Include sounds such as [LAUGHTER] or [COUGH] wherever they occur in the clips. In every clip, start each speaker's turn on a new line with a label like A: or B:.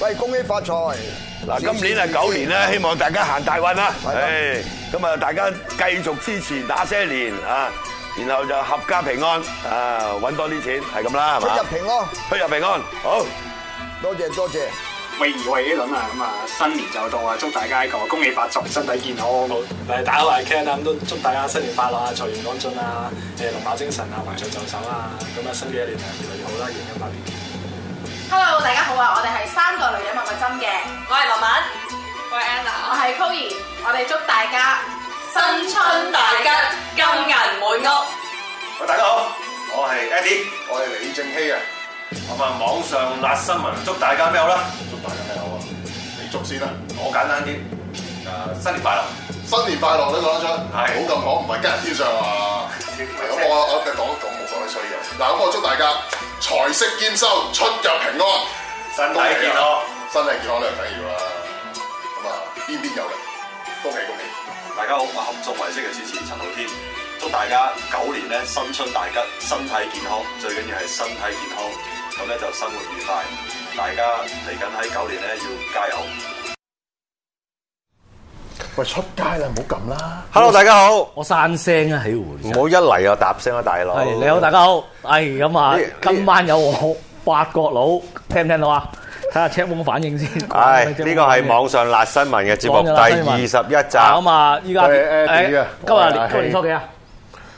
A: 喂，恭喜發財！
B: 嗱，今年係九年啦，希望大家行大運啦。
A: 係啦
B: 唉，咁啊，大家繼續支持那些年啊，然後就合家平安啊，揾多啲錢係咁啦，係
A: 出入
B: 嘛？
A: 平安，
B: 出入平安，好。
A: 多謝多謝。
C: 喂而喂呢輪啊，咁啊新年就到啊，祝大家一個恭喜發財，身體健康。誒，大家好，我係 Ken 啊，咁都祝大家新年快樂啊，財源廣進啊，誒龍馬精神啊，橫財就手啊，咁啊新嘅一年啊越嚟越好啦，迎迎百年。
D: Hello，大家好啊！我哋係三個女人蜜蜜針嘅，我係羅文，我係 Anna，我係 Koey，我哋祝大家新春大吉，金銀滿屋。
E: 喂，大家好，我係 Eddie，
A: 我係李正熙啊，
E: 咁啊網上辣新聞，祝大家咩好啦？祝大家咩好啊？
A: 你祝先啦，
E: 我簡單啲，誒新年快樂，
A: 新年快樂你講得出，
E: 係
A: 唔好咁講，唔係跟人天上啊。係咁我我一定講講冇講得衰嘅。啊嗱，咁我祝大家財色兼收，出入平安，
E: 身體健康，
A: 身體健康呢樣緊要啦。啊咁啊，邊邊有力，恭喜恭喜！
F: 大家好，我合作為式嘅主持陳浩天，祝大家九年咧新春大吉，身體健康，最緊要係身體健康，咁咧就生活愉快。大家嚟緊喺九年咧要加油。
A: 喂，出街啦，唔好撳啦。
B: Hello，大家好，
G: 我散聲啊，喺回。
B: 好一嚟就搭聲啊，大佬
G: 係你好，大家好。係咁啊
B: 呢呢，
G: 今晚有我法國佬，聽唔聽到啊？睇下 check 風反應先。
B: 唉，
G: 講下
B: 呢個係網上辣新聞嘅節目
G: 講
B: 第
G: 咗啦新
B: 二
G: 聞
B: 十一集。
G: 啊咁啊，依家
A: 喂誒
G: 誒
A: 點啊
G: 今
A: 我係
G: 日
A: 阿
G: 年
A: 希
G: 今日年初幾啊？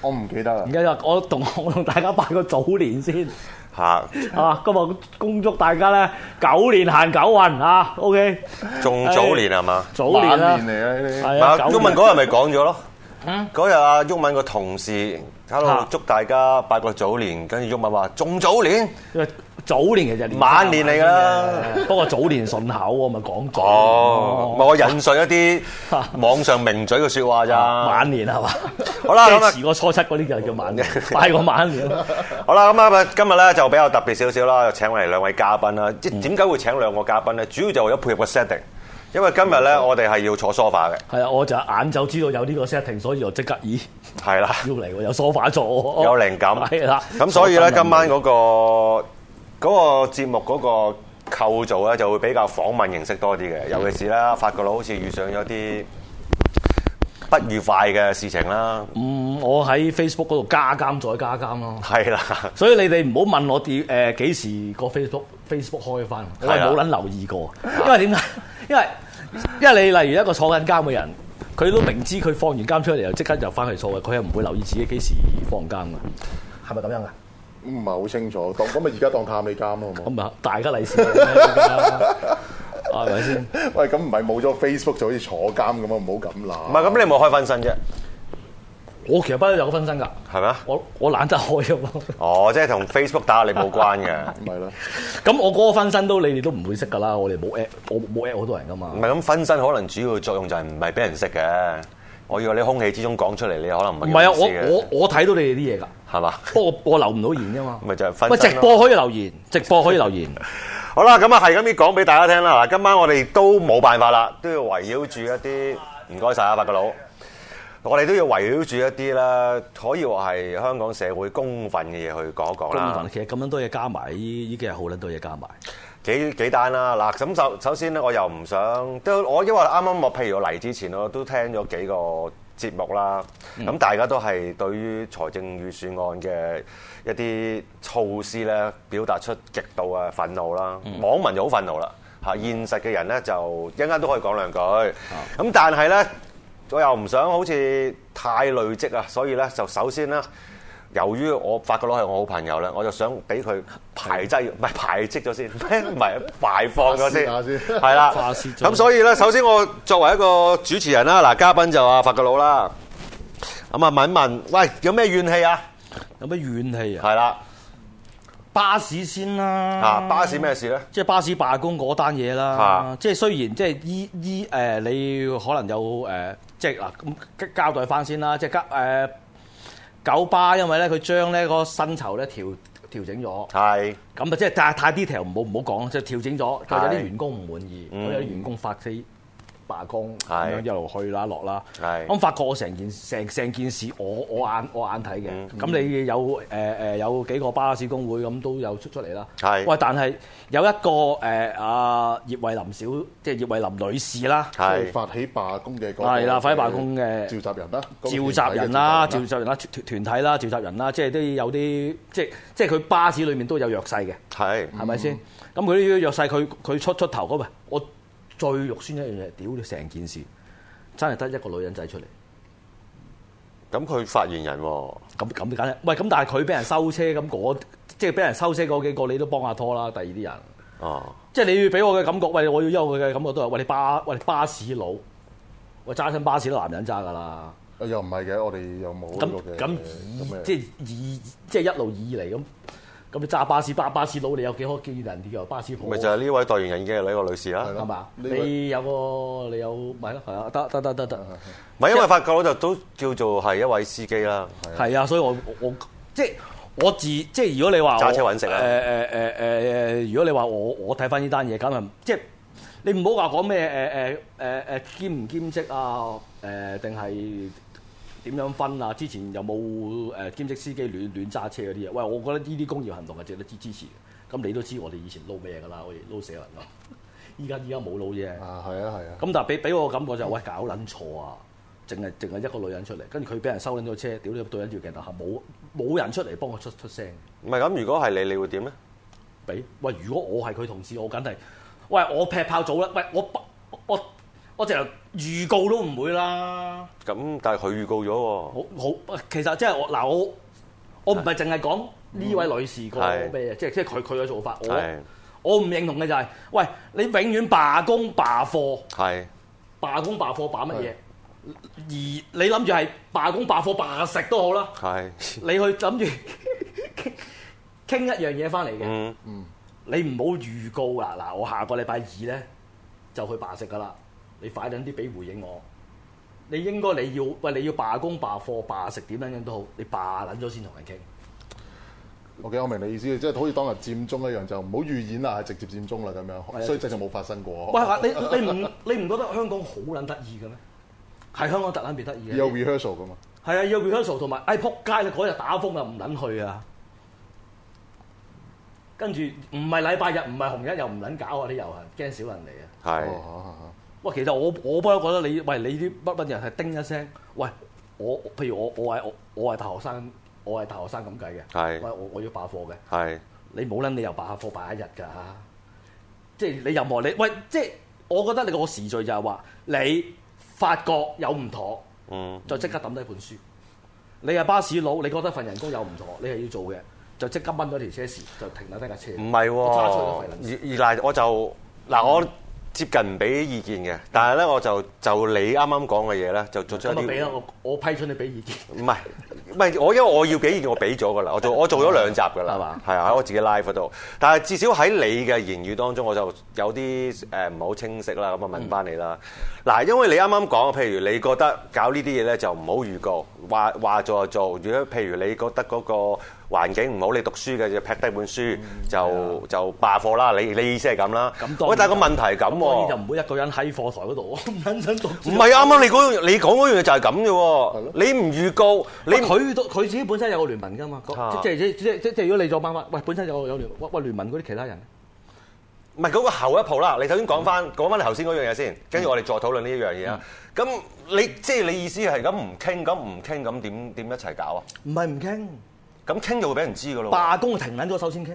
A: 我唔記得啦
G: 而。家就我同我同大家拜個早年先。
B: 嚇，
G: 啊，今日恭祝大家咧九年行九運啊！OK，
B: 仲早年係嘛？
G: 早年啦，
A: 晚年嚟啊呢啲
G: 係
B: 嗱
G: 啊，，
B: 毓
G: 九
B: 民
G: 年嗯
B: 嗰日咪講咗咯。嗰日啊，毓民個同事喺度
G: 嚇
B: 祝大家拜個早年，跟住毓民話仲早年。
G: 因為早年其實年
B: 晚年嚟㗎啦
G: 不過早年順口我咪講早
B: 哦，唔係我引述一
G: [LAUGHS]
B: 啲網上名嘴嘅説話咋。
G: 啊晚年係嘛？
B: 好啦
G: 即係
B: 咁啊
G: 遲過初七嗰啲就叫
B: [LAUGHS]
G: 晚年，快過晚年。
B: 好啦，咁啊，今日咧就比較特別少少啦，就請嚟兩位嘉賓
G: 嗯
B: 啦。即係點解會請兩個嘉賓咧？主要就為咗配合個 setting，因為今日咧
G: 嗯
B: 我哋係要坐 sofa 嘅，
G: 係啊，我就眼就知道有呢個 setting，所以我即刻咦
B: 係啦，
G: 要嚟喎，有 sofa 坐喎，
B: 有靈感。
G: 哦係啦，
B: 咁所以咧今晚
G: 我
B: 嗰個嗰個節目嗰個構造咧就會比較訪問形式多啲
G: 嗯
B: 嘅，尤其是啦，法國佬好似遇上咗啲不愉快嘅事情啦，
G: 嗯，我喺 Facebook 嗰度加監再加監咯。
B: 係啦。
G: 所以你哋唔好問我點誒幾時個 Facebook Facebook 開翻，我係
B: 係啊
G: 冇撚留意過，因為點解？ [LAUGHS] 因為因為你例如一個坐緊監嘅人，佢都明知佢放完監出嚟又即刻就翻去坐嘅，佢係唔會留意自己幾時放監嘅，係咪咁樣噶？
H: 唔係好清楚，當咁咪而家當探你監咯，
G: [LAUGHS]
H: 好冇？
G: 咁啊，大家利是啦 [LAUGHS] 係咪先？
H: 喂，咁唔係冇咗 Facebook 就好似坐監咁啊，唔好咁啦。
B: 唔係咁，你有冇開分身啫，
G: 我其實不嬲有個分身㗎，
B: 係咪啊？
G: 我我懶得開㗎嘛。 [LAUGHS]
B: 哦，即係同 Facebook 打壓力冇關嘅，
H: 唔係啦，
G: 咁我嗰個分身都你哋都唔會識㗎啦，我哋冇 at 我冇 at 好多人㗎嘛
B: 唔。係咁分身可能主要作用就係唔係俾人識嘅。我以為你空氣之中講出嚟，你可能唔
G: 唔
B: 係
G: 係啊，
B: 咁意思嘅
G: 我我我睇到你哋啲嘢㗎。
B: 係嘛？
G: 不過我留唔到言啫嘛。
B: 咪就係分
G: 喂，
B: 身咯
G: 直播可以
B: [LAUGHS]
G: 留言，直播可以留言。
B: 好啦，咁啊係咁要講俾大家聽啦。嗱，今晚我哋都冇辦法啦，都要圍繞住一啲唔該晒啊，法國佬。我哋都要圍繞住一啲啦，可以話係香港社會公憤嘅嘢去講一講
G: 公
B: 啦。
G: 憤其實咁樣多嘢加埋，依依幾日好撚多嘢加埋。
B: 幾幾單啦嗱，咁首首先咧，我又唔想都我因為啱啱我譬如我嚟之前我都聽咗幾個節目啦，咁、大家都係對於財政預算案嘅一啲措施咧，表達出極度嘅憤怒啦，網民就好憤怒啦嚇，現實嘅人咧就一陣間都可以講兩句，咁但係咧。我又唔想好似太累積啊，所以咧就首先咧，由於我發覺佬係我好朋友咧，我就想俾佢排擠，唔係排擠咗先， [LAUGHS] 唔係排放咗先，
H: 發泄下先
B: 係啦。
G: 發泄咗
B: 咁所以咧，首先我作為一個主持人啦，嗱，嘉賓就阿發覺佬啦，咁啊問一問，喂，有咩怨氣啊？
G: 有乜怨氣啊？
B: 係啦，
G: 巴士先啦。
B: 啊巴士咩事咧？
G: 即係巴士罷工嗰單嘢啦
B: 啊，
G: 即係雖然即係依依誒，你可能有誒、呃即係嗱咁交代翻先啦，即係交誒九巴，因為咧佢將咧個薪酬咧調調整咗，
B: 係
G: 咁啊即係太太 detail 唔好唔好講，即係調整咗，就有啲
B: 係
G: 員工唔滿意，
B: 嗯
G: 有啲員工發起罷工，咁
B: 係
G: 樣一路去啦落啦。
B: 係
G: 咁發覺我成件成成件事，我我眼我眼睇嘅
B: 嗯。
G: 咁、你有誒誒、呃有幾個巴士工會咁都有出出嚟啦。
B: 係
G: 喂，但係有一個誒阿、葉慧琳小，即係葉慧琳女士啦，
H: 即係
B: 係
H: 發起罷工嘅嗰個
G: 係啦發起罷工嘅
H: 召集人啦，嗰個
G: 召集人啦、召
H: 團體嘅
G: 集人啦、團團團體啦、召集人啦，即係都有啲即係即係佢巴士裏面都有弱勢嘅，
B: 係
G: 係咪先？咁佢啲弱勢，佢佢出出頭嗰喂，我最肉酸一樣嘢，屌你成件事真係得一個女人仔出嚟。
B: 咁佢發言人喎，
G: 咁咁梗係，喂咁但係佢俾人收車咁嗰，即係俾人收車嗰幾個你都幫下拖啦，第二啲人，
B: 哦
G: 即係你要俾我嘅感覺，喂我要休佢嘅感覺都係，喂你巴喂你巴士佬，喂揸親巴士都男人揸㗎啦，
H: 召集人又唔係嘅，我哋又冇
G: 咁
H: 呢個嘅
G: 咁
H: 咁
G: 以
H: 嘅
G: 即係以即係一路以嚟咁，咁你揸巴士巴巴士佬你有幾可見人啲㗎巴士佬？
B: 咪就係呢位代言人嘅呢個女士啊啦
H: 係。咯
G: 係嘛？
H: 呢位
G: 你有個你有咪係咯係啊得得得得得。
B: 唔係因為發覺我就都叫做係一位司機啦，
G: 係啊，所以我我我即係我自即係如果你話我
B: 揸車揾食啊
G: 誒誒誒誒，如果你話我我睇翻呢單嘢，咁啊即係你唔好話講咩誒誒誒誒兼唔兼職啊誒定係點樣分啊？之前有冇誒兼職司機亂亂揸車嗰啲嘢？喂，我覺得呢啲工業行動係值得支支持嘅。咁你都知我哋以前撈咩㗎啦，我哋撈死人咯。依家依家冇撈嘢。
H: 啊係啊係啊，
G: 咁但係俾俾我感覺就係、喂搞撚錯啊！淨係淨係一個女人出嚟，跟住佢俾人收撚咗車，屌你對撚住鏡頭下冇冇人出嚟幫我出出聲。
B: 唔係咁如果係你，你會點咧？
G: 俾喂，如果我係佢同事，我梗係喂我劈炮組啦，喂我不我我直頭預告都唔會啦。
B: 咁但係佢預告咗喎。
G: 好好，其實即係我嗱我我唔係淨係講呢位女士個
B: 嗯係
G: 咩嘢，即係即係佢佢嘅做法，
B: 係
G: 我我唔認同嘅就係、喂你永遠罷工罷課。
B: 係
G: 罷工罷貨罷乜嘢？而你諗住係罷工罷貨罷食都好啦， [LAUGHS]
B: 係，
G: 你去諗住 [LAUGHS] 傾一樣嘢翻嚟嘅，
B: 嗯
G: 你唔好預告啦。嗱，我下個禮拜二咧就去罷食噶啦，你快緊啲俾回應我。你應該你要喂你要罷工罷貨罷食點樣樣都好，你罷撚咗先同人傾。
H: 我幾我明你意思，即係好似當日佔中一樣，就唔好預演啦，係直接佔中啦咁
G: 啊
H: 樣，所以真係冇發生過。
G: 喂，你你唔你唔覺得香港好撚得意嘅咩？係啊香港特撚別得意嘅。
H: 有 rehearsal 噶嘛？
G: 係啊，要 rehearsal 同埋，哎撲街啦！嗰日打風啊，唔撚去啊！跟住唔係禮拜日，唔係紅日，又唔撚搞啊啲遊行，驚少人嚟啊！
B: 係
H: 哦
G: 喂，其實我我不嬲覺得你，喂你啲乜乜人係叮一聲，喂我譬如我我係我我係大學生，我係大學生咁計嘅，
B: 係
G: 喂我我要罷課嘅，
B: 係
G: 你冇撚理由罷下課罷一日㗎，即係你任何你喂，即係我覺得你個時序就係話你發覺有唔妥。
B: 嗯
G: 就即刻抌低本書。你係巴士佬，你覺得份人工有唔妥，你係要做嘅，就即刻掹咗條車匙，就停低低架車。
B: 嗯唔係
G: 揸出個廢能
B: 喎，而而嗱我就嗱我接近唔俾意見嘅，但係咧我就就你啱啱講嘅嘢咧就作出一
G: 咁啊俾啦，
B: 啲
G: 我我批准你俾意見。
B: 唔係唔係我因為我要俾意見我俾咗㗎啦，我做我做咗兩集㗎
G: 係
B: 啦
G: 嘛，
B: 係啊喺我自己 live 嗰度，但係至少喺你嘅言語當中我就有啲誒唔係好清晰啦，咁啊問翻你
G: 嗯
B: 啦。嗱，因為你啱啱講，譬如你覺得搞呢啲嘢咧就唔好預告，話話做就做。如果譬如你覺得嗰個環境唔好，你讀書嘅就劈低本書
G: 嗯
B: 就就罷課啦。你你意思係咁啦
G: 啊咁當？然
B: 喂，但係個問題係咁
G: 當然就
B: 喎
G: 唔。會一個人喺貨台嗰度，我唔撚想讀書。
B: 唔係啊啱啱你講你講嗰樣嘢就係咁嘅喎，你唔預告，
G: 喂，
B: 你唔
G: 佢都佢自己本身有個聯盟㗎嘛，
B: 啊
G: 即係即即即即如果你再掹翻，喂本身有個有聯喂喂聯盟嗰啲其他人，
B: 唔係嗰個後一步啦，你首先講翻講翻你頭先嗰樣嘢先，跟住我哋再討論呢一樣嘢啊。咁你即係你意思係咁唔傾，咁唔傾咁點點一齊搞啊？
G: 唔係唔傾，
B: 咁傾就會俾人知噶咯喎。
G: 罷工停撚咗首先傾。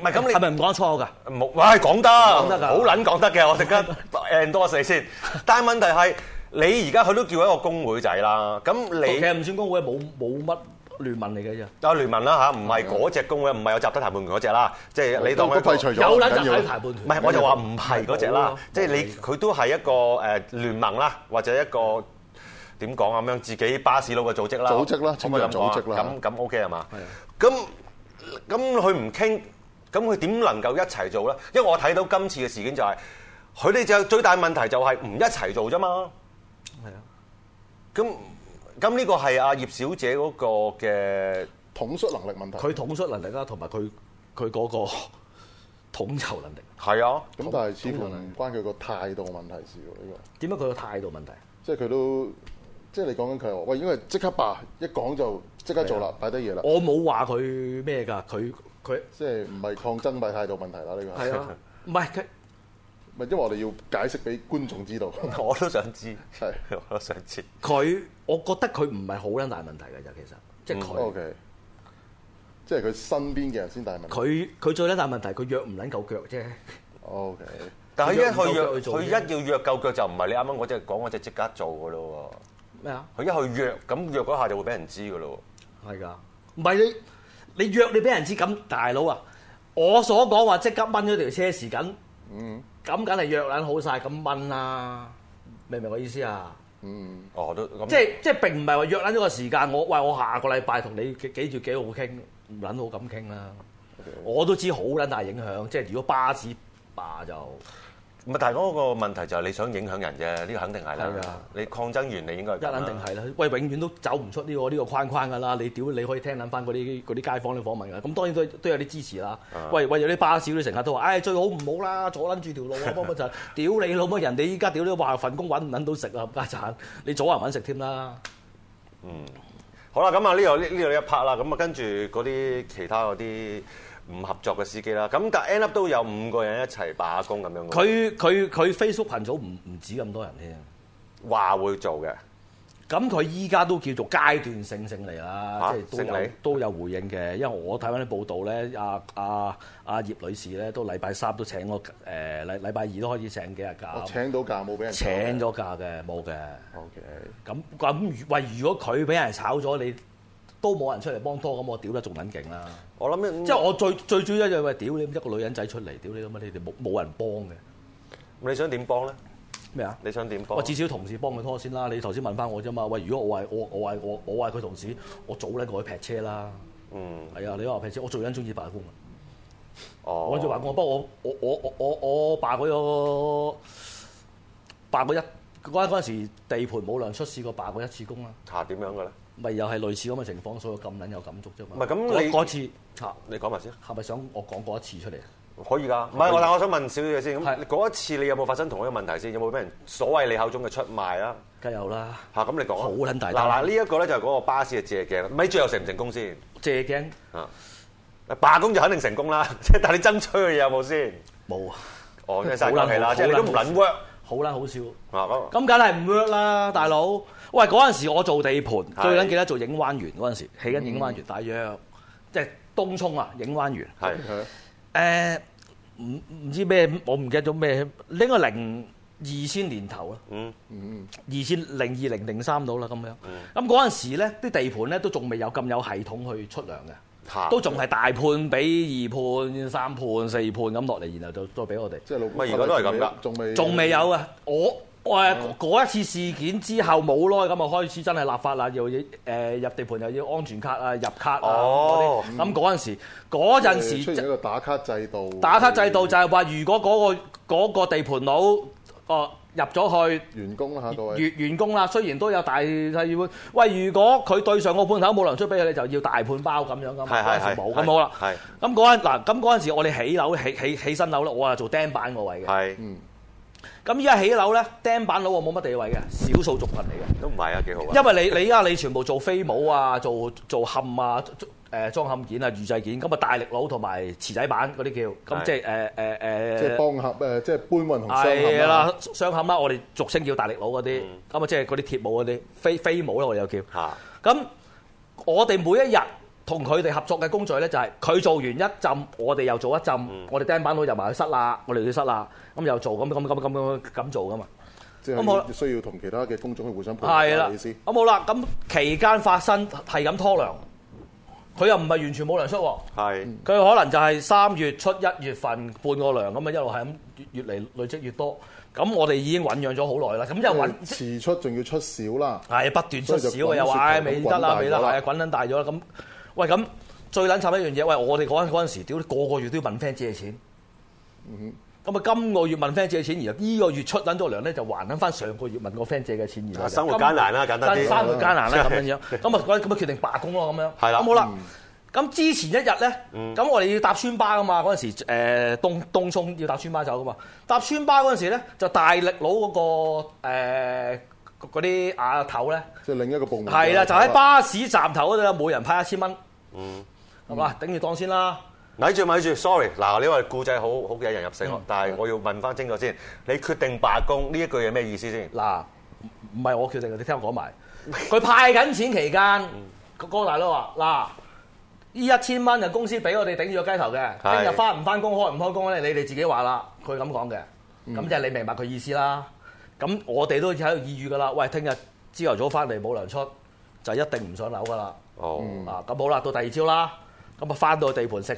B: 唔係咁你
G: 係咪唔講錯㗎？
B: 冇，喂講得，
G: 得㗎
B: 好撚講得嘅，我即刻 endorse 你先。但係問題係，你而家佢都叫一個工會仔啦，咁
G: 其
B: 你
G: 實唔算工會，冇冇乜聯盟嚟嘅啫。
B: 啊聯盟啦吓，唔係嗰只工會，唔係有集體談判權嗰只啦，即係你當佢一個
H: 都廢除咗
G: 有撚
H: 唔緊
G: 就
H: 要
G: 喺排半團。
B: 啊唔係，我就話唔係嗰只
G: 冇
B: 啦
G: 啊，
B: 呃即係你佢都係一個誒聯盟啦，或者一個點講啊咁樣自己巴士佬嘅組織啦，
H: 組織啦
B: 可唔可以
H: 青年
B: 咁
H: 組織啦
B: 講啊咁咁 OK 係嘛？咁咁佢唔傾，咁佢點能夠一齊做咧？因為我睇到今次嘅事件就係佢哋就最大問題就係唔一齊做啫嘛。
G: 係啊。
B: 咁咁呢個係阿葉小姐嗰個嘅
H: 統率能力問題。
G: 佢統率能力啦，同埋佢佢嗰個 [LAUGHS] 統籌能力，
B: 係啊， [LAUGHS]
H: 咁但係似乎唔關佢個態度問題事喎，呢、
G: 點解佢個態度問題？
H: 個即係佢都即係你講緊佢話，喂，因為即刻吧，一講就即刻做
G: 係啊
H: 啦，擺低嘢啦，
G: 我冇話佢咩㗎，佢佢
H: 即係唔係抗爭，咪態度問題啦，呢個
G: 係啊， [LAUGHS] 唔係佢
H: 咪 [LAUGHS] 因為我哋要解釋俾觀眾知
G: [LAUGHS]
H: 道，
B: 我都想知， [LAUGHS]
H: 係
B: 我都想知。
G: 佢，我覺得佢唔係好撚大問題㗎咋，其實即係佢
H: OK，即係佢身邊嘅人先大問題。
G: 佢佢最撚大問題，佢約唔撚夠腳啫。
H: OK，
B: 但係一去約
G: 佢約唔夠腳去
B: 佢
G: 做
B: 一
G: 嘢
B: 要約夠腳就唔係你啱啱嗰只講嗰只即刻做噶咯
G: 咩啊？
B: 喎，佢一去約咁約嗰下就會俾人知噶咯
G: 係㗎，唔係你你約你俾人知咁，大佬啊！我所講話即刻掹咗條車匙緊，
H: 嗯
G: 咁梗係約撚好晒咁掹啦，明唔明我意思啊？
H: 嗯，
B: 喎。哦，都咁
G: 即係即係並唔係話約撚咗個時間，我喂我下個禮拜同你幾幾月幾號傾，唔撚好咁傾啦。我都知好撚大影響，即係如果巴士霸就
B: 唔係，但係嗰個問題就係你想影響人啫，呢個肯定係
G: 係
B: 啦
G: 啊。
B: 你抗爭完你應該係
G: 一
B: 咁啦
G: 撚定係啦。喂，永遠都走唔出呢、個呢、個框框㗎啦。你屌你可以聽撚翻嗰啲嗰啲街坊啲訪問㗎。咁當然都都有啲支持啦
B: 啊。
G: 喂喂，有啲巴士啲乘客都話：，唉、最好唔好啦，阻撚住條路啊！乜乜就係屌你老母，人哋依家屌你話份工揾唔撚到食啊，冚家產！你阻人揾食添啦。
B: 好啦，咁啊呢度呢呢度一 part 啦，咁啊跟住嗰啲其他嗰啲唔合作嘅司機啦，咁但係 end up 都有五個人一齊罷工咁樣嘅，
G: 佢佢佢 Facebook 群組唔唔止咁多人添。
B: 話會做嘅，
G: 咁佢依家都叫做階段性勝利啦，
B: 嚇
G: 即係都
B: 勝利
G: 有都有回應嘅。因為我睇翻啲報道咧，阿阿阿葉女士咧都禮拜三都請我誒禮禮拜二都開始請幾日假
H: 我，哦請到假冇俾人
G: 啊請咗假嘅冇嘅。
H: OK，
G: 咁咁喂，如果佢俾人炒咗，你都冇人出嚟幫拖，咁我屌得仲撚勁啦！
B: 我諗
G: 即係我最最主要就係喂，屌你一個女人仔出嚟，屌你咁乜，你哋冇冇人幫嘅
B: 你想點幫咧？
G: 咩啊？
B: 你想點幫？
G: 我至少同事幫佢拖先啦。你頭先問翻我啫嘛。喂，如果我係我我係我我係佢同事，我早咧過去劈車啦。
B: 嗯，
G: 係啊，你話我劈車，我最緊中意罷工啊。
B: 哦，
G: 我就罷工，不過我我我我我我罷嗰個罷過一嗰嗰陣時地盤冇糧出試過罷過一次工啦。
B: 嚇點樣嘅咧？
G: 咪又係類似咁嘅情況，所以我咁撚有感觸啫嘛。
B: 唔係咁
G: 嗰
B: 你
G: 嗰次嚇
B: 你講埋先，
G: 係咪想我講過一次出嚟啊？
B: 可以㗎。唔係，我但我想問少少嘢先。咁
G: 係
B: 嗰一次你有冇發生同一個問題先？有冇俾人所謂你口中嘅出賣啦？
G: 梗有啦，
B: 嚇咁你講啊
G: 好撚大
B: 嗱
G: 單
B: 嗱，呢一個咧就係嗰個巴士嘅借鏡，咪最後成唔成功先？
G: 借鏡
B: 啊，罷工就肯定成功啦， [LAUGHS] 即係但係你爭取嘅嘢有冇先？
G: 冇啊， [LAUGHS]
B: 哦，即係嘥鳩氣啦，
G: 好撚好
B: 即係你都唔撚 work
G: 好啦，好笑。
B: 啊咁
G: 咁梗係唔 work 啦，大佬。喂，嗰陣時我做地盤，
B: 係
G: 最緊記得做影灣園嗰陣時，起緊影灣園，大約即係東涌啊，影灣園。
B: 係
H: 係
G: 誒，唔唔知咩，我唔記得咗咩，應該零二千年頭啦，
B: 嗯
G: 二千零二零零三到啦咁樣。咁嗰陣時咧，啲地盤咧都仲未有咁有系統去出糧嘅。
B: 嚇
G: 都仲係大判俾二判、三判、四判咁落嚟，然後就再俾我哋。
H: 即係老
B: 咪而家都係咁㗎
H: 仲未
G: 仲未有啊！
B: 哦
G: 我我誒嗰一次事件之後冇耐咁啊，開始真係立法啦，又要誒、呃入地盤又要安全卡啊、入卡啊
B: 哦
G: 嗰啲。咁嗰陣時，嗰陣時
H: 出現一
G: 就
H: 個打卡制度，
G: 打卡制度就係話，如果嗰、個嗰、個地盤佬哦入咗去。
H: 員工啦嚇各位，
G: 員員工啦，雖然都有大細判，喂，如果佢對上個判頭冇糧出俾佢，你就要大判包咁樣噶嘛，
B: 係係
G: 嗰陣
B: 係
G: 時冇咁好啦。
B: 係
G: 咁嗰陣嗱，咁嗰陣時我哋起樓起起起新樓啦，我啊做釘板個位嘅。嗯
B: 係
G: 咁依家起樓咧，釘板佬我冇乜地位嘅，少數族群嚟嘅。
B: 都唔係啊，幾好啊！
G: 因為你你依家你全部做飛舞啊，做做冚啊，誒裝冚件啊、預製件，咁啊大力佬同埋瓷仔板嗰啲叫，
B: 係
G: 咁即係誒誒
H: 即係
G: 誒。
H: 幫合誒，即係搬運同商
G: 係
H: 合
G: 啦
H: 啦，，
G: 雙冚啦，我哋俗稱叫大力佬嗰啲，咁啊即係嗰啲鐵舞嗰啲，飛飛舞啦，我哋又叫。
B: 嚇
G: 咁我哋每一日同佢哋合作嘅工序咧，就係佢做完一浸，我哋又做一浸，我哋釘板佬入埋去塞啦，我哋要塞啦，咁又做咁咁咁咁咁咁做噶嘛。
H: 即
G: 咁好啦
H: 係需要同其啊他嘅工種去互相配合
G: 係
H: 啦
G: 啦
H: 意思。，
G: 咁好啦，咁期間發生係咁拖糧，佢又唔係完全冇糧出喎。
B: 係
G: 佢可能就係三月出一月份半個糧咁啊，一路係咁越越嚟累積越多。咁我哋已經醖釀咗好耐啦，咁又揾
H: 嗯遲出仲要出少啦，
G: 係不斷
H: 所
G: 出
H: 以
G: 少
H: 就滾
G: 啊，又話
H: 雪
G: 唉
H: 球
G: 未
H: 咁滾
G: 得啦，
H: 大
G: 未得
H: 咗啦
G: 啦，係滾撚大咗啦。咁喂咁最撚慘一樣嘢，喂我哋嗰陣嗰陣時，屌個個月都要問 friend 借錢。咁啊，今個月問 friend 借錢，而呢個月出撚咗糧咧，就還撚翻上個月問個 friend 借嘅錢而
B: 啊生活艱難啦簡單啲
G: 生活艱難啦咁
B: [LAUGHS]
G: 樣樣，咁啊咁啊決定罷工咯咁樣。
B: 嗯係啦嗯
G: 咁好啦。咁之前一日咧，咁、我哋要搭村巴噶嘛，嗰陣時誒東東涌要搭村巴走噶嘛，搭村巴嗰陣時咧就大力佬嗰、個誒嗰啲阿頭咧，
H: 即係另一個
B: 嗯
H: 部門。
G: 係啦，就
B: 啊
G: 喺巴士站頭嗰度啦，每人派一千蚊，
B: 嗯
G: 係嘛、頂住當先啦。
B: 咪住咪住，sorry，嗱，你話故仔好好嘅人入勝，
G: 嗯
B: 但係我要問翻清楚先，你決定罷工呢一句係咩意思先？
G: 嗱，唔係我決定嘅，你聽我講埋。佢派緊錢期間，個哥大佬話：嗱，呢一千蚊就公司俾我哋頂住個雞頭嘅，
B: 係
G: 聽日翻唔翻工、開唔開工咧，你哋自己話啦。佢咁講嘅，咁即係你明白佢意思啦。咁我哋都喺度意語噶啦。喂，聽日朝頭早翻嚟冇糧出，就一定唔上樓噶啦。
B: 哦，
G: 啊，咁好啦，到第二朝啦，咁啊翻到地盤食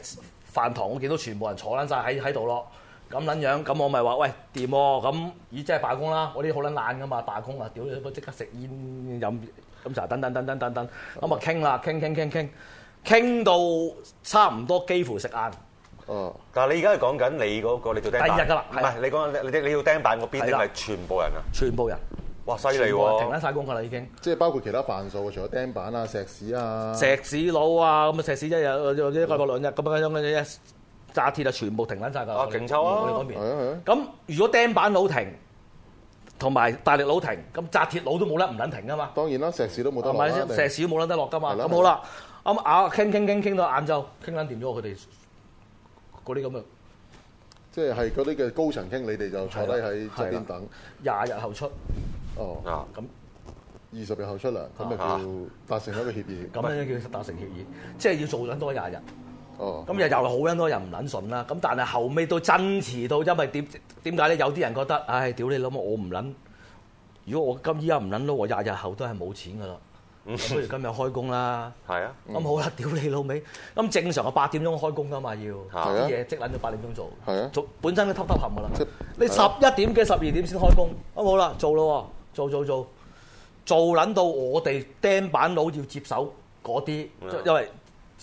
G: 飯堂，我見到全部人坐撚晒喺喺度咯。咁撚樣，咁我咪話喂掂喎，咁咦即係罷工啦！我啲好撚懶噶嘛，罷工啊，屌你即刻食煙飲飲茶等等等等等等，咁啊傾啦，傾傾傾傾，傾到差唔多幾乎食晏，
H: 哦，
B: 但係你而家係講緊你嗰個你做釘板，
G: 第二日㗎啦
B: 唔係你講緊你你你要釘板嗰邊
G: 係
B: 定
G: 啦
B: 係全部人啊？
G: 全部人
B: 哇，犀利
G: 全部人停
B: 喎！
G: 撚晒工噶啦已經。
H: 即係包括其他範數，除咗釘板啊、石屎啊，
G: 石屎佬啊，咁啊石屎一日有
H: 嗯
G: 一個兩日咁樣樣嘅啫，炸鐵啊全部停撚晒㗎啦。
B: 啊
G: 我哋
B: 勁抽啊
G: 我哋嗰邊
H: 係。哦啊係啊，
G: 咁如果釘板佬停，同埋大力佬停，咁扎鐵佬都冇得唔撚停噶嘛，
H: 當然啦，石屎都冇得落
G: 係咪
H: 啦
G: 先？
H: 你
G: 石屎都冇撚得落噶嘛。
H: 係啦
G: 咁好啦，咁啊傾傾傾傾到晏晝，傾撚掂咗佢哋嗰啲咁嘅
H: 即係係嗰啲嘅高層傾，你哋就坐低喺側
G: 係啦
H: 邊等。
G: 廿日後出，
H: 哦，
B: 啊，
H: 二十日後出糧，咁咪叫達成一個協議。
G: 咁樣叫達成協議，即係要做撚多廿日。
H: 哦，
G: 咁又又好撚多人唔撚信啦。咁但係後尾都真遲到，因為點點解咧？有啲人覺得，唉，屌你老母，我唔撚。如果我今依家唔撚撈，我廿日後都係冇錢噶啦。
H: 嗯
G: 咁不如今日開工啦。
B: 係啊，
G: 咁好啦，屌你老味！咁正常我八點鐘開工噶嘛，要
B: 係
H: 啊
G: 啲嘢即撚到八點鐘做，
H: 係啊
G: 做本身都揼揼冚噶啦
H: 即。
G: 你十一點幾、十二點先開工，咁好啦，做咯喎，做做做，做撚到我哋釘板佬要接手嗰啲
B: 嗯，
G: 因為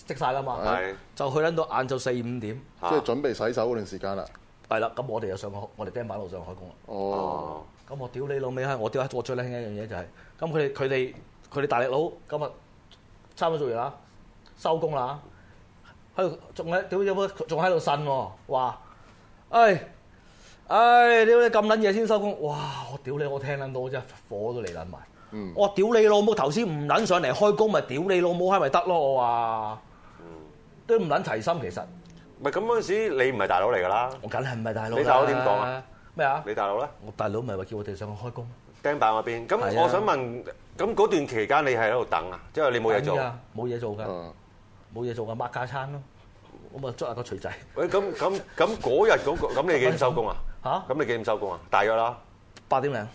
G: 積晒啦
H: 啊
G: 嘛，
B: 係
G: 就去撚到晏晝四五點，
H: 即
B: 啊
H: 係準備洗手嗰段時間啦。
G: 係啦，咁我哋就上個我哋釘板佬上開工啦。
H: 哦，
B: 哦，
G: 咁我屌你老味閪！我屌我最叻一樣嘢就係、咁佢哋佢哋佢哋大力佬今日差唔多做完啦，收工啦，喺度仲喺屌有冇仲喺度呻喎，話，唉唉屌你咁撚嘢先收工，哇！我屌你我聽撚到真係火都嚟撚埋，我話屌你老母頭先唔撚上嚟開工咪屌你老母閪咪得咯，我話，都唔撚齊心其實，
B: 唔係咁嗰陣時你唔係大佬嚟㗎啦，
G: 我梗係唔係大佬啦
B: 你大佬點講啊？
G: 咩啊？
B: 你大佬咧
G: 我大佬咪話叫我哋上去開工。
B: 釘板嗰邊，咁
G: 係啊
B: 我想問，咁嗰段期間你係喺度等啊？即係你冇嘢做嗯
G: 等。㗎，哎冇嘢做
B: 哦
G: 㗎，
H: 啊，
G: 冇嘢做㗎，抹架餐咯。咁啊，捉下個錘仔
B: 喂，咁咁咁嗰日嗰個，咁你幾點收工啊？
G: 嚇，
B: 咁你幾點收工啊？大約啦，
G: 八點零，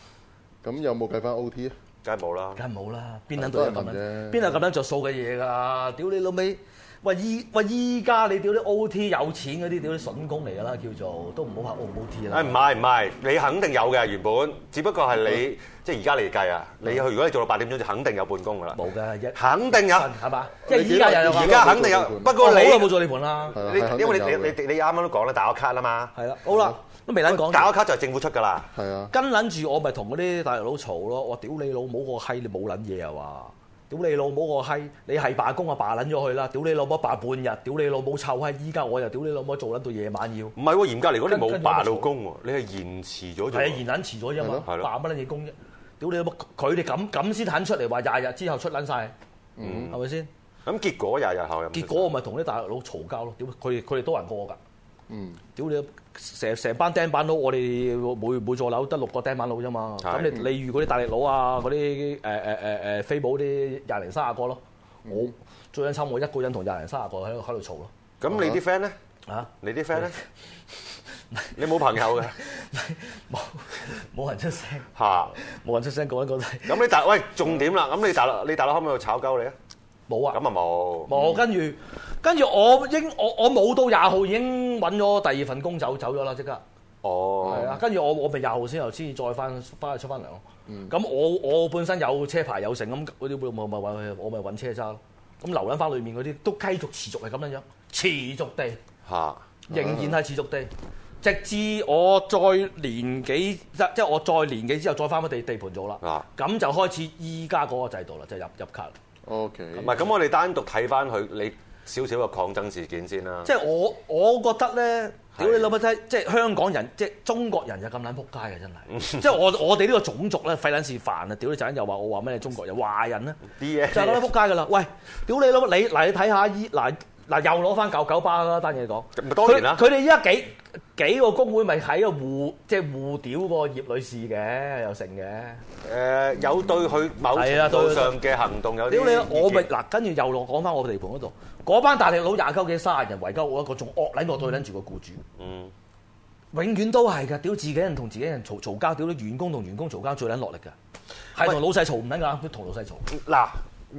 H: 咁有冇計翻 O T 啊？
B: 梗係冇啦。
G: 梗係冇啦，邊撚度有咁
H: 都係問
G: 樣？
H: 啫
G: 邊有咁樣着數嘅嘢㗎？屌你老味！喂依喂依家你屌啲 O T 有錢嗰啲屌啲筍工嚟㗎啦，叫做都唔好話 O 唔 O T 啦
B: 哎誒唔。係唔係，你肯定有嘅原本，只不過係你即係而家嚟計啊，你去如果你做到八點鐘就肯定有半工㗎啦，
G: 冇㗎，一
B: 肯定有，
G: 係嘛？即係
H: 你幾
G: 依家又有
B: 啊
G: 哦
B: 而
H: 而
B: 家
H: 家肯
B: 肯定
H: 定有
B: 有。不過
G: 我好
B: 你嗯
G: 耐冇做呢盤啦，
H: 係啦，
B: 你
H: 係啊肯定
B: 因為你
H: 有
B: 你
H: 嘅
B: 你你啱啱都講啦，打個卡啦嘛，
G: 係啦，好
B: 嗯
G: 啦，都未撚講完。
B: 打個卡就係政府出㗎啦。
H: 係啊，
G: 跟撚住我咪同嗰啲大陸佬嘈咯，我屌你老母個閪，你冇撚嘢啊話！屌你老母個閪，你係罷工啊罷撚咗佢啦！屌你老母罷半日，屌你老母臭閪！依家我又屌你老母做撚到夜晚要，
B: 唔係喎，嚴格嚟講，你冇
G: 跟
B: 罷到工喎，你係延遲咗做
G: 係啊延撚遲咗啫嘛，
B: 係咯
G: 罷乜撚嘢工啫？屌你老母，佢哋咁咁先肯出嚟話廿日之後出撚晒，
B: 嗯
G: 係咪先？
B: 咁結果廿日後又唔出
G: 結果我咪同啲大陸佬嘈交咯，屌佢哋佢哋多人過我㗎。
H: 嗯，
G: 屌你成成班釘板佬，我哋每每座樓得六個釘板佬啫嘛。
B: 係
G: 咁你你遇嗰啲大力佬啊，嗰啲誒誒誒誒飛寶啲廿零三十個咯。我最緊慘，我一個人同廿零三十個喺度喺度嘈咯。
B: 咁你啲 friend 咧？
G: 啊， [LAUGHS]
B: 你啲 friend 咧？你冇朋友嘅
G: 冇冇人出聲，
B: 嚇？
G: 冇人出聲，講緊講緊
B: 咁你大喂重點啦，咁你大佬你大佬可唔可以炒鳩你啊？
G: 冇啊，
B: 咁啊冇
G: 冇，跟住跟住我應我我冇到廿號已經揾咗第二份工走走咗啦，即刻。
B: 哦，
G: 係啊，跟住我我咪廿號先又先至再翻翻去出翻糧咯。
B: 嗯
G: 咁、我我本身有車牌有剩，咁嗰啲咪咪揾我咪揾車揸咯。咁留緊翻裏面嗰啲都繼續持續係咁樣樣，持續地
B: 嚇，
G: 仍
B: 嗯
G: 然係持續地，直至我再年幾即即係我再年幾之後再翻返地地盤做啦。
B: 啊
G: 咁就開始依家嗰個制度啦，就入入卡啦。
H: O K，
B: 唔係咁，我啊哋單獨睇翻佢你少少嘅抗爭事件先啦。
G: 即係我我覺得咧，屌你
B: 係
G: 諗下真係，即係香港人，即係中國人就咁撚撲街嘅真
B: 嗯
G: 係。 [LAUGHS] 即係我我哋呢個種族咧，費撚事煩啊！屌你陣又話我話咩中國人華人咧，
B: 啲
G: 就係咁樣撲
B: 嘢，
G: 街噶啦。喂，屌你老母，你嗱你睇下依嗱嗱又攞翻九九巴啦單嘢講。
B: 咪當然啦
G: 佢佢哋依家幾幾個工會咪喺度互即係互屌個葉女士嘅又成嘅。
B: 誒呃有對佢某
G: 係啊
B: 程
G: 對
B: 度上嘅行動有啲
G: 屌你啦！我咪
B: 意見
G: 嗱，跟住又落講翻我地盤嗰度，嗰班大力佬廿鳩幾卅人圍鳩我一個，仲惡撚過對撚住個僱主。
B: 嗯
G: 永遠都係㗎，屌自己人同自己人嘈嘈交，屌啲員工同員工嘈交最撚落力㗎，係同老細嘈唔撚㗎，同老細嘈。
B: 嗱，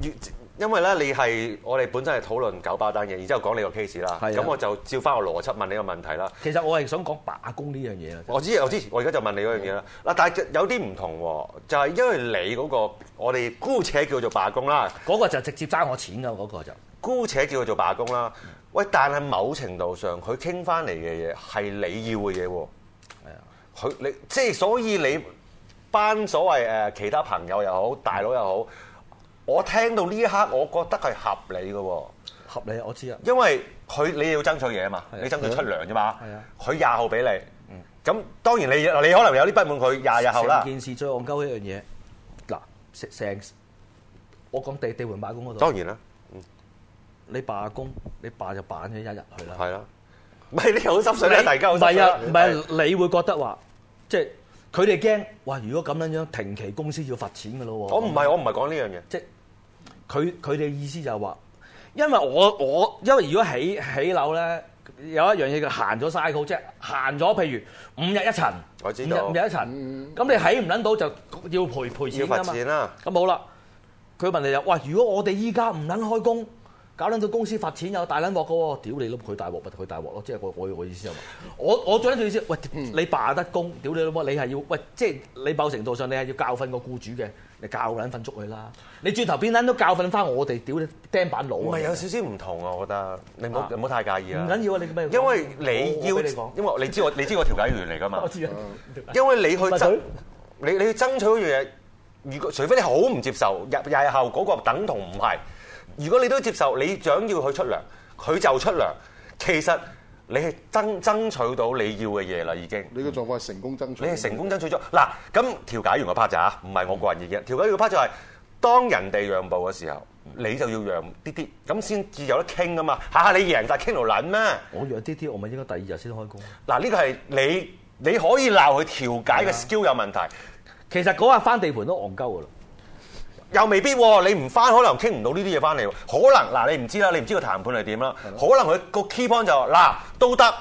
B: 越因為咧，你係我哋本身係討論九巴單嘢，然之後講你個 case 啦。
G: 係啊
B: 咁我就照翻個邏輯問你個問題啦。
G: 其實我係想講罷工呢樣嘢啦，啊
B: 我知我知，我而家就問你嗰樣嘢啦。嗱，但係有啲唔同喎，就係因為你嗰、個我哋姑且叫做罷工啦，
G: 嗰個就直接爭我錢㗎，嗰個就
B: 姑且叫做罷工啦。喂，但係某程度上佢傾翻嚟嘅嘢係你要嘅嘢喎。
G: 係啊。
B: 佢你即係所以你班所謂誒、呃其他朋友又好，大佬又好，我聽到呢一刻，我覺得係合理嘅喎。
G: 合理，我知啊。
B: 因為佢你要爭取嘢啊嘛，
G: 係啊
B: 你爭取出糧啫嘛
G: 係啊，
B: 佢廿號俾你，咁當然你你可能有啲不滿佢廿日後啦
G: 成，件事最戇鳩一樣嘢，嗱，成成我講地地盤罷工嗰度，
B: 當然啦，
G: 你罷工，你罷就罷咗一日去啦。
B: 係啦，唔係你好心水
G: 你
B: 咧，大家好
G: 唔
B: 心水
G: 係
B: 啦
G: 啊，唔係你會覺得話，即係佢哋驚，哇！如果咁樣樣停期，公司要罰錢㗎咯喎。
B: 我唔係我唔係講呢樣嘢，
G: 即係佢佢哋意思就係話，因為我我因為如果起起樓咧，有一樣嘢叫行咗 cycle，即係行咗，譬如五日一層，
B: 我知道嗯
G: 五日五日一層，咁你起唔撚到就要賠賠
B: 要
G: 錢㗎
B: 罰
G: 嘛。
B: 錢啦，
G: 咁好啦，佢問你就喂，如果我哋依家唔撚開工，搞撚到公司罰錢有大撚鑊嘅喎，屌你老母佢大鑊咪佢大鑊咯，即係我我我意思係嘛？我我最撚最意思，喂你罷得工，屌你老母，你係要喂，即係你某程度上你係要教訓個僱主嘅，你教撚訓捉佢啦，你轉頭邊撚都教訓翻我哋，屌你釘板佬啊！
B: 唔係有少少唔同啊，我覺得你唔好
G: 啊
B: 唔好太介意
G: 唔
B: 啊，
G: 緊要啊，你咩講？
B: 因為你
G: 我
B: 要
G: 我俾你講，
B: 因為你知我你知我調解員嚟㗎嘛
G: [LAUGHS] 我。知啊，
B: 因為你去
G: 咪佢
B: 爭，你你去爭取嗰樣嘢，如果除非你好唔接受，日日後嗰個等同唔係。如果你都接受，你想要佢出糧，佢就出糧。其實你係爭爭取到你要嘅嘢啦，已經。
H: 你嘅狀況係成功爭取，
B: 你係成功爭取咗嗱，咁調解員個 part 就嚇，唔係我個人意見。調解員個 part 就係、當人哋讓步嘅時候，你就要讓啲啲，咁先至有得傾啊嘛。下下你贏，但係傾到撚咩？
G: 我弱啲啲，我咪應該第二日先開工。啊
B: 嗱，呢個係你你可以鬧佢調解嘅 skill 有問題。
G: 其實嗰日翻地盤都戇鳩㗎啦。
B: 又未必喎，你唔翻可能傾唔到呢啲嘢翻嚟喎，可能嗱你唔知啦，你唔知個談判係點啦，可能佢個 key point 就話嗱都得，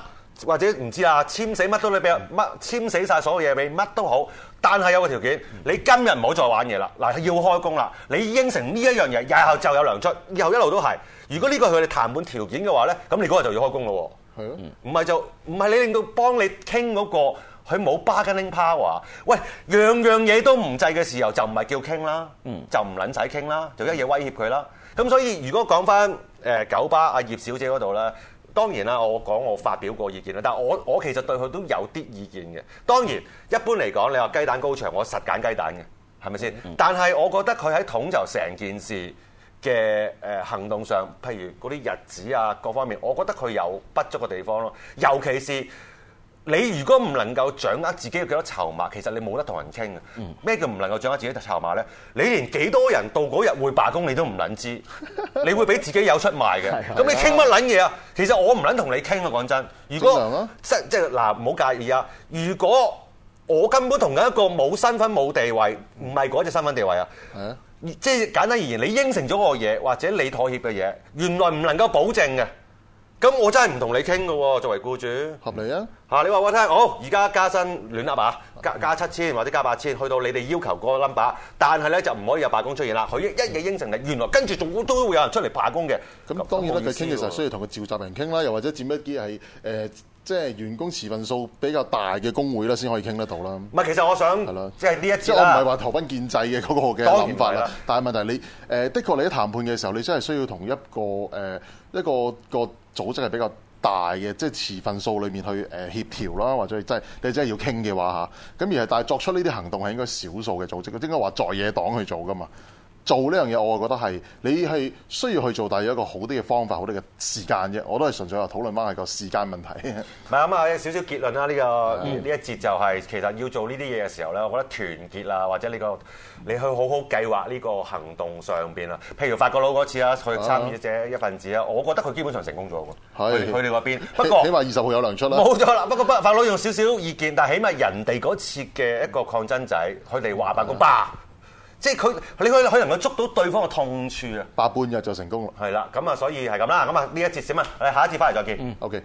B: 或者唔知啊簽死乜都你
H: 嗯
B: 俾乜簽死晒所有嘢俾乜都好，但係有個條件，
H: 嗯
B: 你今日唔好再玩嘢啦，嗱要開工啦，你應承呢一樣嘢，日後就有糧出，以後一路都係。如果呢個係佢哋談判條件嘅話咧，咁你嗰日就要開工咯喎。
H: 係咯，
B: 唔係就唔係你令到幫你傾嗰、個。佢冇 bargaining power，喂，樣樣嘢都唔制嘅時候，就唔係叫傾啦，就唔撚使傾啦，就一嘢威脅佢啦。咁所以如果講翻誒九巴阿葉小姐嗰度咧，當然啦，我講我發表過意見啦，但係我我其實對佢都有啲意見嘅。當然，一般嚟講，你話雞蛋高牆，我實揀雞蛋嘅，係咪先？但係我覺得佢喺統籌成件事。嘅誒行動上，譬如嗰啲日子啊，各方面，我覺得佢有不足嘅地方咯。尤其是你如果唔能夠掌握自己有幾多籌碼，其實你冇得同人傾嘅。咩叫唔能夠掌握自己嘅籌碼咧？你連幾多人到嗰日會罷工，你都唔
H: [LAUGHS]
B: 撚知，你會俾自己有出賣嘅。咁你傾乜撚嘢啊？其實我唔撚同你傾啊，講真。如
H: 正
B: 果
H: 常啊
B: 即即係嗱，唔好介意啊！如果我根本同緊一個冇身份冇地位，唔係嗰隻身份地位啊！
H: 係啊，
B: 即係簡單而言，你應承咗個嘢或者你妥協嘅嘢，原來唔能夠保證嘅。咁我真係唔同你傾嘅喎，作為僱主。
H: 合理啊！
B: 嚇、你話我聽，好而家加薪亂噏啊，加加七千或者加八千，去到你哋要求嗰個 number，但係咧就唔可以有罷工出現啦。佢一一嘢應承你，原來跟住仲都會有人出嚟罷工嘅。
H: 咁當然啦，
B: 咁冇
H: 佢
B: 意思
H: 傾嘅時候
B: 喎
H: 需要同佢召集人傾啦，又或者佔一啲係誒即係員工持份數比較大嘅工會啦，先可以傾得到啦。
B: 唔係，其實我想
H: 啦
B: 即係呢一
H: 即係
B: 節
H: 我唔係
B: 啦。
H: 話投奔建制嘅嗰個嘅
B: 當然
H: 諗法
B: 唔係
H: 啦
B: 啦，
H: 但係問題你誒、的確你喺談判嘅時候，你真係需要同一個誒、一個個組織係比較大嘅，即係持份數裏面去誒、協調啦，或者係真係你真係要傾嘅話嚇，咁而係但係作出呢啲行動係應該少數嘅組織，應該話在野黨去做噶嘛。做呢樣嘢，我覺得係你係需要去做，但係有一個好啲嘅方法、好啲嘅時間啫。我都係純粹話討論翻係個時間問題。
B: 唔係咁啊，有少少結論啦。呢、個
H: 嗯
B: 呢一節就係、其實要做呢啲嘢嘅時候咧，我覺得團結啊，或者呢、個你去好好計劃呢個行動上邊啊。譬如法國佬嗰次啊，佢參與者一份子啊，我覺得佢基本上成功咗喎。
H: 係
B: 佢佢哋嗰邊，不
H: 起
B: 過
H: [LAUGHS] 起碼二十號有糧出啦。
B: 冇咗啦。不過不法佬用少少意見，但係起碼人哋嗰次嘅一個抗爭仔，佢哋話白個吧，即係佢你可以可以能夠捉到對方嘅痛處啊。
H: 八半日就成功啦。
B: 係啦，咁啊，所以係咁啦。咁啊，呢一節先啊，我哋下一節翻嚟再見。
H: OK。